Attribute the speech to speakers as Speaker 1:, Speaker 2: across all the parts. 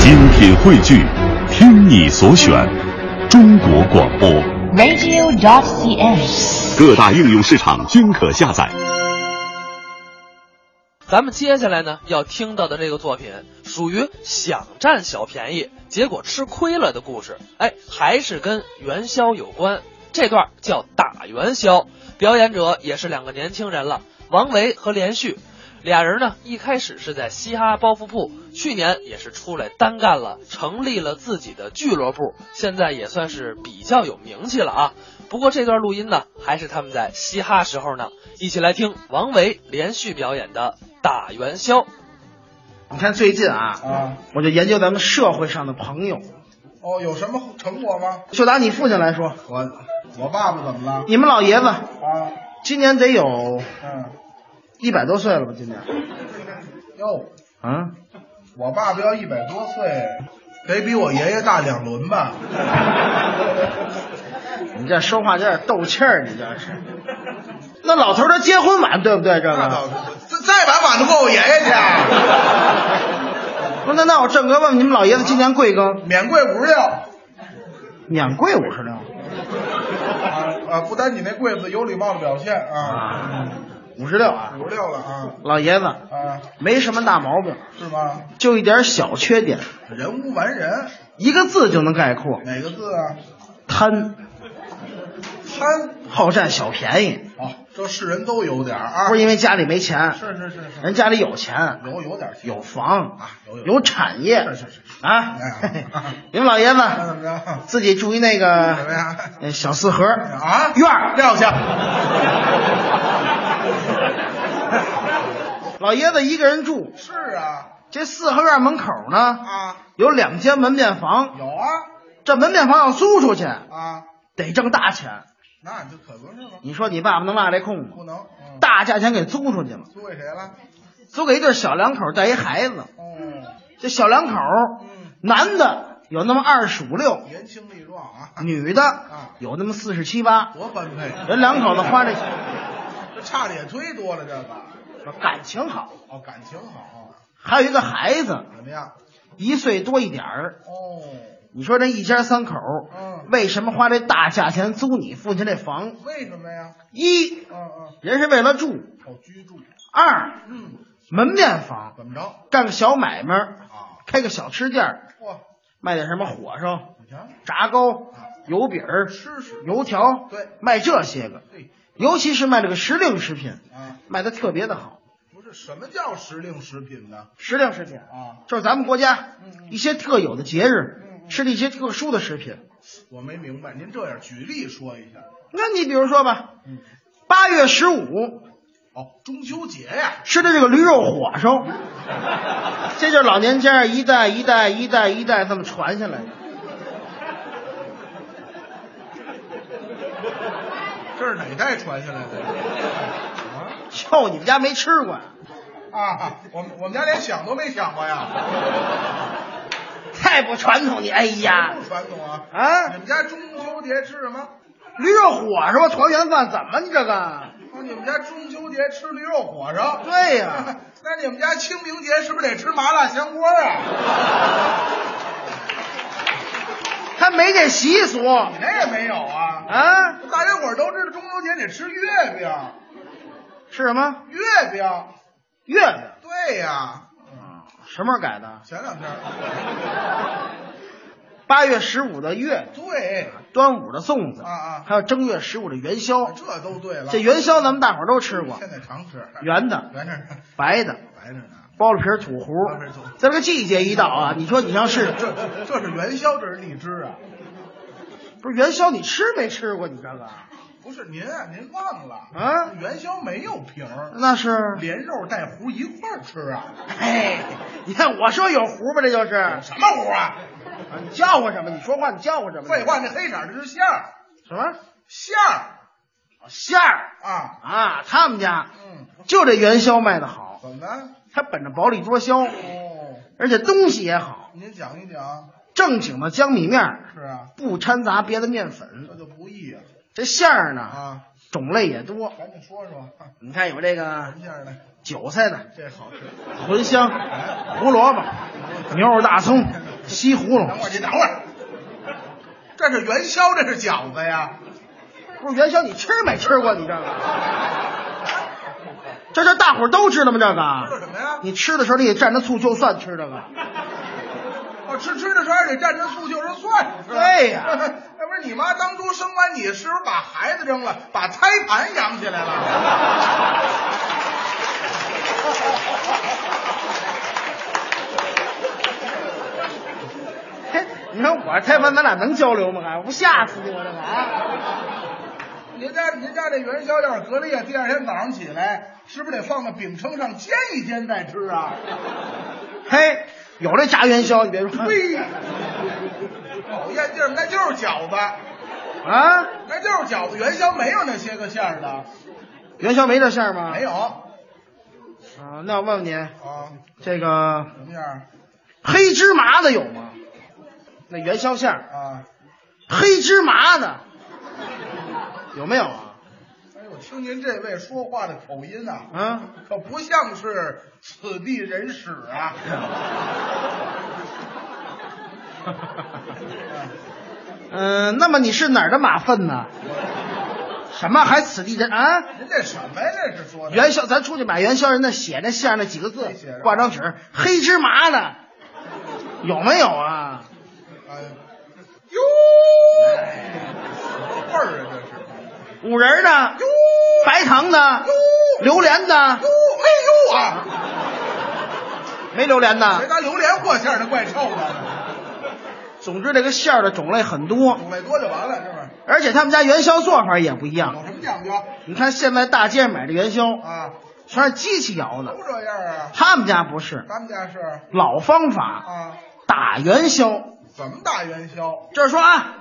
Speaker 1: 精品汇聚，听你所选，中国广播。
Speaker 2: radio.cn。
Speaker 1: 各大应用市场均可下载。
Speaker 3: 咱们接下来呢要听到的这个作品，属于想占小便宜，结果吃亏了的故事。哎，还是跟元宵有关。这段叫打元宵，表演者也是两个年轻人了，王维和连续。俩人呢，一开始是在嘻哈包袱铺，去年也是出来单干了，成立了自己的俱乐部，现在也算是比较有名气了啊。不过这段录音呢，还是他们在嘻哈时候呢，一起来听王维连续表演的《打元宵》。
Speaker 4: 你看最近啊，
Speaker 5: 啊，
Speaker 4: 我就研究咱们社会上的朋友。
Speaker 5: 哦，有什么成果吗？
Speaker 4: 就拿你父亲来说，
Speaker 5: 我我爸爸怎么了？
Speaker 4: 你们老爷子
Speaker 5: 啊，
Speaker 4: 今年得有
Speaker 5: 嗯，
Speaker 4: 一百多岁了吧？今年
Speaker 5: 哟，
Speaker 4: 啊，
Speaker 5: 我爸爸要一百多岁，得比我爷爷大两轮吧？
Speaker 4: 你这说话有点斗气儿，你这是。那老头儿他结婚晚，对不对？这
Speaker 5: 那倒
Speaker 4: 个，
Speaker 5: 是，再嗯再晚晚都过我爷爷去啊，
Speaker 4: 不是那那我正哥问问你们老爷子今年贵庚？
Speaker 5: 免贵五十六。
Speaker 4: 免贵五十六，
Speaker 5: 啊啊！不单你那柜子有礼貌的表现啊，
Speaker 4: 五十六啊，
Speaker 5: 五十六了啊
Speaker 4: 老爷子
Speaker 5: 啊，
Speaker 4: 没什么大毛病，
Speaker 5: 是吗？
Speaker 4: 就一点小缺点，
Speaker 5: 人无完人，
Speaker 4: 一个字就能概括：
Speaker 5: 哪个字啊？
Speaker 4: 贪，
Speaker 5: 贪
Speaker 4: 好占小便宜。
Speaker 5: 啊，这世人都有点儿啊
Speaker 4: 不。是因为家里没钱，
Speaker 5: 是是是是，
Speaker 4: 人家里有钱，
Speaker 5: 有有点儿
Speaker 4: 有房
Speaker 5: 啊有有
Speaker 4: 有产业，
Speaker 5: 是是是
Speaker 4: 啊
Speaker 5: 哎呀，
Speaker 4: 你们老爷子
Speaker 5: 那怎么着？
Speaker 4: 自己住一那
Speaker 5: 怎么
Speaker 4: 个
Speaker 5: 样？
Speaker 4: 呃小四合
Speaker 5: 啊
Speaker 4: 院儿
Speaker 5: 撂 下。
Speaker 4: 老爷子一个人住，
Speaker 5: 是啊
Speaker 4: 这四合院门口呢
Speaker 5: 啊，
Speaker 4: 有两间门面房，
Speaker 5: 有啊
Speaker 4: 这门面房要租出去
Speaker 5: 啊，
Speaker 4: 得挣大钱，
Speaker 5: 那你就可不是吗？
Speaker 4: 你说你爸爸能落这空吗？
Speaker 5: 不能，嗯、
Speaker 4: 大价钱给租出去了，
Speaker 5: 租给谁了？
Speaker 4: 租给一对小两口带一孩子，
Speaker 5: 哦，
Speaker 4: 这小两口
Speaker 5: 嗯，
Speaker 4: 男的有那么二十五六，
Speaker 5: 年轻力壮啊，
Speaker 4: 女的有那么四十七八，
Speaker 5: 多般配，
Speaker 4: 人两口子花这
Speaker 5: 这差的也忒多了，这个
Speaker 4: 感情好，
Speaker 5: 哦，感情好，
Speaker 4: 还有一个孩子
Speaker 5: 怎么样？
Speaker 4: 一岁多一点儿。
Speaker 5: 哦，
Speaker 4: 你说这一家三口，
Speaker 5: 嗯
Speaker 4: 为什么花这大价钱租你父亲这房？
Speaker 5: 为什么呀？
Speaker 4: 一，
Speaker 5: 嗯嗯，
Speaker 4: 人是为了住；
Speaker 5: 好居住，
Speaker 4: 二，
Speaker 5: 嗯，
Speaker 4: 门面房，
Speaker 5: 怎么着
Speaker 4: 干个小买卖，
Speaker 5: 啊？
Speaker 4: 开个小吃店，
Speaker 5: 嚯，
Speaker 4: 卖点什么火烧、
Speaker 5: 你瞧，
Speaker 4: 炸糕、油饼儿、
Speaker 5: 啊吃食，
Speaker 4: 油条，
Speaker 5: 对
Speaker 4: 卖这些个，
Speaker 5: 对
Speaker 4: 尤其是卖这个时令食品，
Speaker 5: 啊，
Speaker 4: 卖的特别的好。
Speaker 5: 不是什么叫时令食品呢？
Speaker 4: 时令食品
Speaker 5: 啊，
Speaker 4: 就是咱们国家
Speaker 5: 嗯嗯
Speaker 4: 一些特有的节日吃的一些特殊的食品。
Speaker 5: 我没明白，您这样举例说一下。
Speaker 4: 那你比如说吧
Speaker 5: 嗯，
Speaker 4: 八月十五
Speaker 5: 哦，中秋节呀、
Speaker 4: 吃的这个驴肉火烧，这就是老年间一代一代一代一代这么传下来的。
Speaker 5: 这是哪代传下来的呀？
Speaker 4: 就你们家没吃过呀？
Speaker 5: 啊啊，我们我们家连想都没想过呀，
Speaker 4: 太不传统！你哎呀
Speaker 5: 不，传统啊！
Speaker 4: 啊
Speaker 5: 你们家中秋节吃什么？啊
Speaker 4: 驴肉火烧团圆饭怎么你这个？
Speaker 5: 哦，你们家中秋节吃驴肉火烧？哎
Speaker 4: 对呀
Speaker 5: 那你们家清明节是不是得吃麻辣香锅啊？
Speaker 4: 他没这习俗
Speaker 5: 你那也没有啊！
Speaker 4: 啊？
Speaker 5: 大家伙儿都知道中秋节得吃月饼，
Speaker 4: 是什么
Speaker 5: 月饼。
Speaker 4: 月饼？
Speaker 5: 对呀、
Speaker 4: 什么时候改的？
Speaker 5: 前两天。
Speaker 4: 八月十五的月饼，
Speaker 5: 对，
Speaker 4: 端午的粽子
Speaker 5: 啊啊
Speaker 4: 还有正月十五的元宵。
Speaker 5: 这都对了。
Speaker 4: 这元宵咱们大伙儿都吃过，
Speaker 5: 现在常吃，
Speaker 4: 圆的、
Speaker 5: 圆着呢，
Speaker 4: 白的，
Speaker 5: 白着呢。
Speaker 4: 包了皮儿土糊
Speaker 5: 包皮儿土。
Speaker 4: 这个季节一到啊，你说你像是
Speaker 5: 这这这是元宵，这是荔枝啊！
Speaker 4: 不是元宵，你吃没吃过？你这个
Speaker 5: 不是您啊，您忘了
Speaker 4: 啊
Speaker 5: 元宵没有瓶儿，
Speaker 4: 那是，
Speaker 5: 连肉带糊一块儿吃啊？
Speaker 4: 哎，你看我说有糊吧，这就是。啊
Speaker 5: 什么糊啊？
Speaker 4: 你叫唤什么？你说话你叫唤什么？
Speaker 5: 废话，那黑色儿这是馅儿，
Speaker 4: 什么
Speaker 5: 馅儿
Speaker 4: 馅儿
Speaker 5: 啊！
Speaker 4: 啊？他们家
Speaker 5: 嗯，
Speaker 4: 就这元宵卖的好，
Speaker 5: 怎么了？
Speaker 4: 他本着薄利多销，
Speaker 5: 哦，
Speaker 4: 而且东西也好，
Speaker 5: 您讲一讲。
Speaker 4: 正经的江米面儿
Speaker 5: 是啊，
Speaker 4: 不掺杂别的面粉，
Speaker 5: 这就不易啊！
Speaker 4: 这馅儿呢
Speaker 5: 啊，
Speaker 4: 种类也多。
Speaker 5: 赶紧说说啊
Speaker 4: 你看有这
Speaker 5: 什
Speaker 4: 个
Speaker 5: 么馅儿的？
Speaker 4: 韭菜的、
Speaker 5: 这好吃。
Speaker 4: 茴香、胡萝卜、牛肉、大葱、西葫芦
Speaker 5: 等会儿，你等会儿，这是元宵，这是饺子呀？
Speaker 4: 不是元宵，你吃没吃过？你这个，这这大伙儿都知道吗？这
Speaker 5: 这是什
Speaker 4: 个，
Speaker 5: 么呀？
Speaker 4: 你吃的时候你得蘸着醋就蒜吃这个。
Speaker 5: 哦，吃吃的时候得蘸着醋，就是蒜。是吧
Speaker 4: 对呀
Speaker 5: 那不是你妈当初生完你是不是把孩子扔了，把胎盘养起来了？
Speaker 4: 嘿，你看我这完咱俩能交流吗？还不吓死你我这个啊！
Speaker 5: 您家您家这元宵要是隔了夜，第二天早上起来，是不是得放到饼铛上煎一煎再吃啊？
Speaker 4: 嘿，有这炸元宵，你别说，
Speaker 5: 对哎呀，讨厌地儿，那就是饺子，
Speaker 4: 啊，
Speaker 5: 那就是饺子。元宵没有那些个馅儿的，
Speaker 4: 元宵没这馅儿吗？
Speaker 5: 没有啊？
Speaker 4: 啊，那我问问你，这个
Speaker 5: 什么馅儿
Speaker 4: 黑芝麻的有吗？那元宵馅儿，
Speaker 5: 啊？
Speaker 4: 黑芝麻的有没有啊？
Speaker 5: 哎呦，听您这位说话的口音啊，
Speaker 4: 啊，
Speaker 5: 可不像是此地人使啊！
Speaker 4: 嗯、那么你是哪儿的马粪呢？什么还此地人啊？
Speaker 5: 您这什么呀？这是说的
Speaker 4: 元宵，咱出去买元宵，人那写那馅儿那几个字
Speaker 5: 写着，
Speaker 4: 挂张纸，黑芝麻的，有没有啊？
Speaker 5: 哎哟，什么味儿啊？这是
Speaker 4: 五仁儿的，
Speaker 5: 哟
Speaker 4: 白糖的，
Speaker 5: 哟
Speaker 4: 榴莲的，
Speaker 5: 哟没有啊？
Speaker 4: 没榴莲
Speaker 5: 谁
Speaker 4: 的。
Speaker 5: 拿榴莲和馅儿的怪臭的？
Speaker 4: 总之，这个馅儿的种类很多，
Speaker 5: 煮来多就完了，是不是？
Speaker 4: 而且他们家元宵做法也不一样。
Speaker 5: 有什么讲究
Speaker 4: 你看现在大街上买的元宵，
Speaker 5: 啊？
Speaker 4: 全是机器摇的
Speaker 5: 都，这样啊？
Speaker 4: 他们家不是，
Speaker 5: 咱们家是
Speaker 4: 老方法
Speaker 5: 啊，
Speaker 4: 打元宵，
Speaker 5: 怎么大元宵？
Speaker 4: 就是说啊，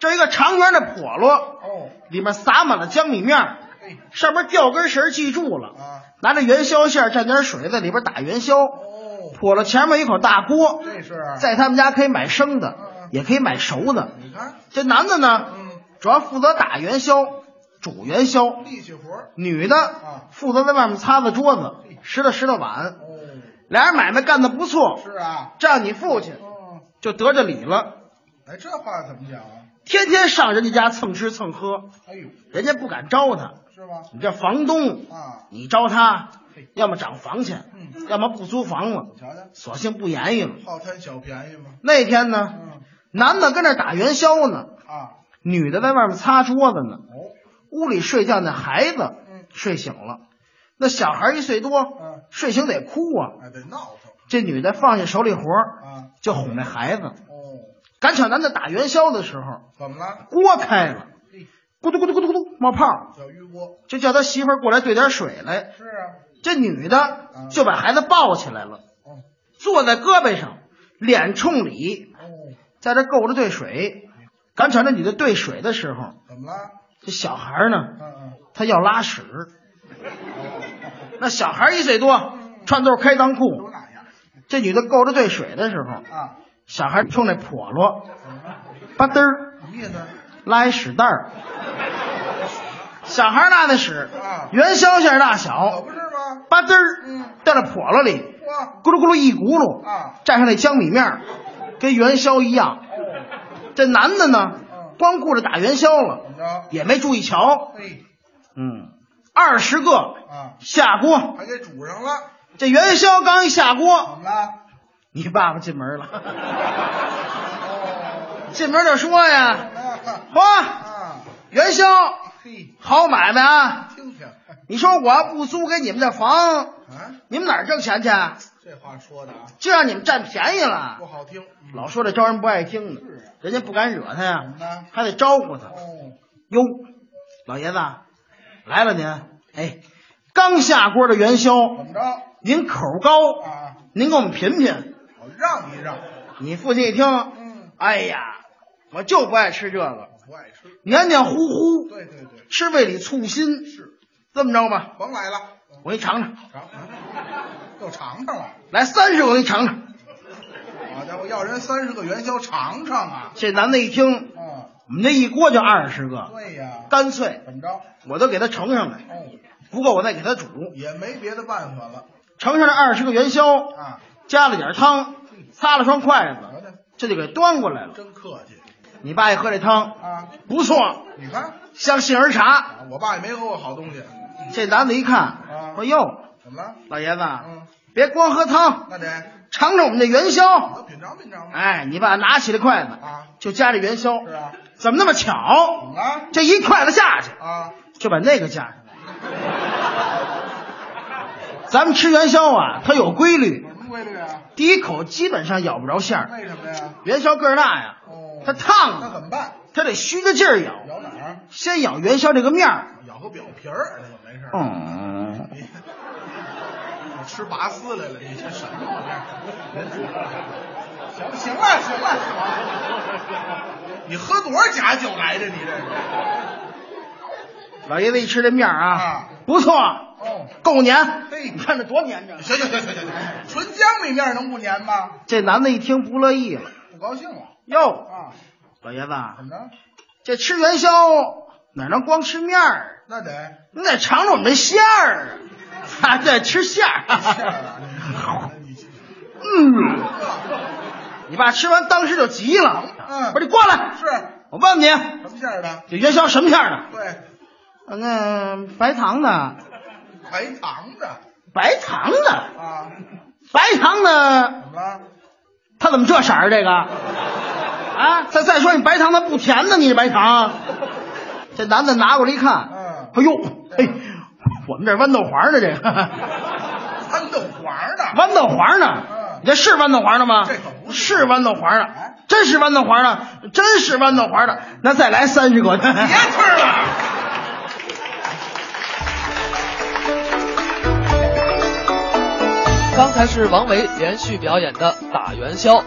Speaker 4: 这儿一个长圆的笸箩，
Speaker 5: 哦，
Speaker 4: 里面撒满了江米面儿，
Speaker 5: 嘿
Speaker 4: 上面吊根绳儿系住了。
Speaker 5: 啊，
Speaker 4: 拿着元宵馅儿蘸点水，在里边打元宵。
Speaker 5: 哦，
Speaker 4: 妥了，前面有一口大锅，
Speaker 5: 这是
Speaker 4: 在他们家可以买生的
Speaker 5: 嗯嗯，
Speaker 4: 也可以买熟的。
Speaker 5: 你看，
Speaker 4: 这男的呢，
Speaker 5: 嗯，
Speaker 4: 主要负责打元宵、煮元宵；
Speaker 5: 力气活儿。
Speaker 4: 女的
Speaker 5: 啊
Speaker 4: 负责在外面擦擦桌子、拾掇拾掇碗。
Speaker 5: 哦，
Speaker 4: 俩人买卖干得不错，
Speaker 5: 是啊，
Speaker 4: 这样你父亲
Speaker 5: 哦，
Speaker 4: 就得着理了，
Speaker 5: 哎，这话怎么讲啊？
Speaker 4: 天天上人家家蹭吃蹭喝，
Speaker 5: 哎呦，
Speaker 4: 人家不敢招他。
Speaker 5: 是吗？
Speaker 4: 你这房东，
Speaker 5: 啊，
Speaker 4: 你招他
Speaker 5: 嘿，
Speaker 4: 要么涨房钱，
Speaker 5: 嗯
Speaker 4: 要么不租房了，
Speaker 5: 你瞧瞧，
Speaker 4: 索性不言语了。
Speaker 5: 好贪小便宜嘛。
Speaker 4: 那天呢，
Speaker 5: 嗯
Speaker 4: 男的跟那儿打元宵呢，
Speaker 5: 啊，
Speaker 4: 女的在外面擦桌子呢。
Speaker 5: 哦，
Speaker 4: 屋里睡觉那孩子
Speaker 5: 嗯
Speaker 4: 睡醒了，那小孩一岁多，
Speaker 5: 嗯，
Speaker 4: 睡醒得哭啊。
Speaker 5: 哎，得闹腾
Speaker 4: 这女的放下手里活儿
Speaker 5: 啊。
Speaker 4: 就哄那孩子。
Speaker 5: 哦，
Speaker 4: 赶巧男的打元宵的时候，
Speaker 5: 怎么了？
Speaker 4: 锅开了，
Speaker 5: 嘿，
Speaker 4: 咕嘟咕嘟咕嘟咕嘟冒泡，
Speaker 5: 小玉锅。
Speaker 4: 就叫他媳妇儿过来兑点水来。
Speaker 5: 是啊。
Speaker 4: 这女的就把孩子抱起来了，
Speaker 5: 哦
Speaker 4: 坐在胳膊上，脸冲里，
Speaker 5: 哦，
Speaker 4: 在这够着兑水。赶巧那女的兑水的时候，
Speaker 5: 怎么了？
Speaker 4: 这小孩儿呢，
Speaker 5: 嗯嗯。
Speaker 4: 他要拉屎。那小孩一岁多，穿都是开裆
Speaker 5: 都
Speaker 4: 裤。
Speaker 5: 那样
Speaker 4: 这女的够着兑水的时候，
Speaker 5: 啊？
Speaker 4: 小孩冲那笸箩，
Speaker 5: 怎么了？
Speaker 4: 吧嘚儿
Speaker 5: 什么意思？
Speaker 4: 拉一屎袋儿。小孩拉的屎
Speaker 5: 啊，
Speaker 4: 元宵馅儿大
Speaker 5: 可
Speaker 4: 小，
Speaker 5: 不是吗？
Speaker 4: 吧嘚儿
Speaker 5: 嗯
Speaker 4: 掉到笸箩里，
Speaker 5: 哇，
Speaker 4: 咕噜咕噜一咕噜
Speaker 5: 啊，
Speaker 4: 蘸上那江米面儿，跟元宵一样。
Speaker 5: 哦，
Speaker 4: 这男的呢
Speaker 5: 嗯，
Speaker 4: 光顾着打元宵
Speaker 5: 怎
Speaker 4: 了，
Speaker 5: 么着？
Speaker 4: 也没注意瞧。
Speaker 5: 嘿
Speaker 4: 嗯，二十个
Speaker 5: 啊，
Speaker 4: 下锅，
Speaker 5: 还给煮上了。
Speaker 4: 这元宵刚一下锅，
Speaker 5: 怎么了？
Speaker 4: 你爸爸进门了，
Speaker 5: 哦，
Speaker 4: 进门就说呀
Speaker 5: 啊：“
Speaker 4: 嚯，
Speaker 5: 啊，
Speaker 4: 元宵
Speaker 5: 嘿，
Speaker 4: 好买卖啊！
Speaker 5: 听 听
Speaker 4: 你说我要不租给你们这房，
Speaker 5: 啊，
Speaker 4: 你们哪儿挣钱去？
Speaker 5: 这话说的啊
Speaker 4: 就让你们占便宜了。
Speaker 5: 不好听。嗯
Speaker 4: 老说这招人不爱听的，人家不敢惹他
Speaker 5: 怎么
Speaker 4: 呀，
Speaker 5: 的？
Speaker 4: 还得招呼他。
Speaker 5: 哦，
Speaker 4: 哟，老爷子来了您，哎，刚下锅的元宵，
Speaker 5: 怎么着
Speaker 4: 您口高，
Speaker 5: 啊？
Speaker 4: 您给我们品品。
Speaker 5: 我让一让。
Speaker 4: 你父亲一听，
Speaker 5: 嗯，
Speaker 4: 哎呀，我就不爱吃这个，
Speaker 5: 我不爱吃。
Speaker 4: 黏黏糊糊。
Speaker 5: 对对对，
Speaker 4: 吃胃里醋心。
Speaker 5: 是，
Speaker 4: 这么着吧，
Speaker 5: 甭来了。
Speaker 4: 我给你尝尝，
Speaker 5: 尝尝，又尝尝了。
Speaker 4: 来三十个我给你尝尝。
Speaker 5: 好家伙，要人三十个元宵尝尝啊！
Speaker 4: 这男的一听，
Speaker 5: 啊，
Speaker 4: 我们那一锅就二十个，
Speaker 5: 对呀。
Speaker 4: 干脆
Speaker 5: 怎么着？
Speaker 4: 我都给他盛上来，
Speaker 5: 哦，
Speaker 4: 不够我再给他煮。
Speaker 5: 也没别的办法了
Speaker 4: 盛上这二十个元宵，
Speaker 5: 啊。
Speaker 4: 加了点汤，擦了双筷子，
Speaker 5: 瞧瞧，
Speaker 4: 这就给端过来了。
Speaker 5: 真客气
Speaker 4: 你爸爱喝这汤，
Speaker 5: 啊！
Speaker 4: 不错，
Speaker 5: 你看，
Speaker 4: 像杏儿茶。
Speaker 5: 啊我爸也没给我好东西，
Speaker 4: 这男的一看
Speaker 5: 啊，
Speaker 4: 说哟，
Speaker 5: 怎么了？
Speaker 4: 老爷子，
Speaker 5: 嗯，
Speaker 4: 别光喝汤，
Speaker 5: 那得
Speaker 4: 尝尝我们的元宵。
Speaker 5: 我品尝品尝吧。
Speaker 4: 哎，你爸拿起了筷子，
Speaker 5: 啊，
Speaker 4: 就夹着元宵，
Speaker 5: 是啊，
Speaker 4: 怎么那么
Speaker 5: 怎
Speaker 4: 巧？
Speaker 5: 么了？
Speaker 4: 这一筷子下去，
Speaker 5: 啊，
Speaker 4: 就把那个夹上来。咱们吃元宵啊，它有规律
Speaker 5: 有，什么规律啊？
Speaker 4: 第一口基本上咬不着馅儿。
Speaker 5: 为什么呀？
Speaker 4: 元宵个儿大呀，
Speaker 5: 哦，
Speaker 4: 它烫
Speaker 5: 那
Speaker 4: 啊，
Speaker 5: 怎么办？
Speaker 4: 它得虚着劲儿咬，
Speaker 5: 咬哪儿？
Speaker 4: 先咬元宵这个面儿。
Speaker 5: 咬个表皮儿，这怎么回事？
Speaker 4: 嗯，
Speaker 5: 你你吃拔丝来了？你这什么玩意儿？人家行了行了行了行了，你喝多少假酒来着？你这是
Speaker 4: 老爷子一吃这面儿啊
Speaker 5: 啊，
Speaker 4: 不错，
Speaker 5: 哦，
Speaker 4: 够粘。
Speaker 5: 嘿
Speaker 4: 你看这多粘着。
Speaker 5: 行行行行行，纯江米面能不粘吗？
Speaker 4: 这男的一听不乐意了，
Speaker 5: 不高兴了
Speaker 4: 哟，
Speaker 5: 啊？
Speaker 4: 老爷子，啊
Speaker 5: 怎么着？
Speaker 4: 这吃元宵哪能光吃面儿？
Speaker 5: 那得
Speaker 4: 你得尝尝我们这馅儿啊， 还得吃馅儿。
Speaker 5: 馅儿啊！你 你
Speaker 4: 嗯，你爸吃完当时就急了，
Speaker 5: 嗯
Speaker 4: 我说你过来，
Speaker 5: 是什
Speaker 4: 我问问你，
Speaker 5: 么馅儿的？
Speaker 4: 这元宵什么馅儿的？
Speaker 5: 对，
Speaker 4: 啊那白糖的，
Speaker 5: 白糖的
Speaker 4: 白糖的，
Speaker 5: 啊？
Speaker 4: 白糖的，
Speaker 5: 怎么了？
Speaker 4: 它怎么这色儿？这个啊，再再说你白糖它不甜的，你这白糖。这男的拿过来一看，
Speaker 5: 嗯，
Speaker 4: 哎呦，嘿、我们这豌豆黄呢，这个
Speaker 5: 豌豆黄的。
Speaker 4: 豌豆黄呢
Speaker 5: 嗯？
Speaker 4: 你这是豌豆黄的吗？
Speaker 5: 这可不是
Speaker 4: 是豌豆黄的
Speaker 5: 哎，
Speaker 4: 真是豌豆黄的，真是豌豆黄的。那再来三十个， 别
Speaker 5: 别吃了。
Speaker 3: 刚才是王维连续表演的打元宵，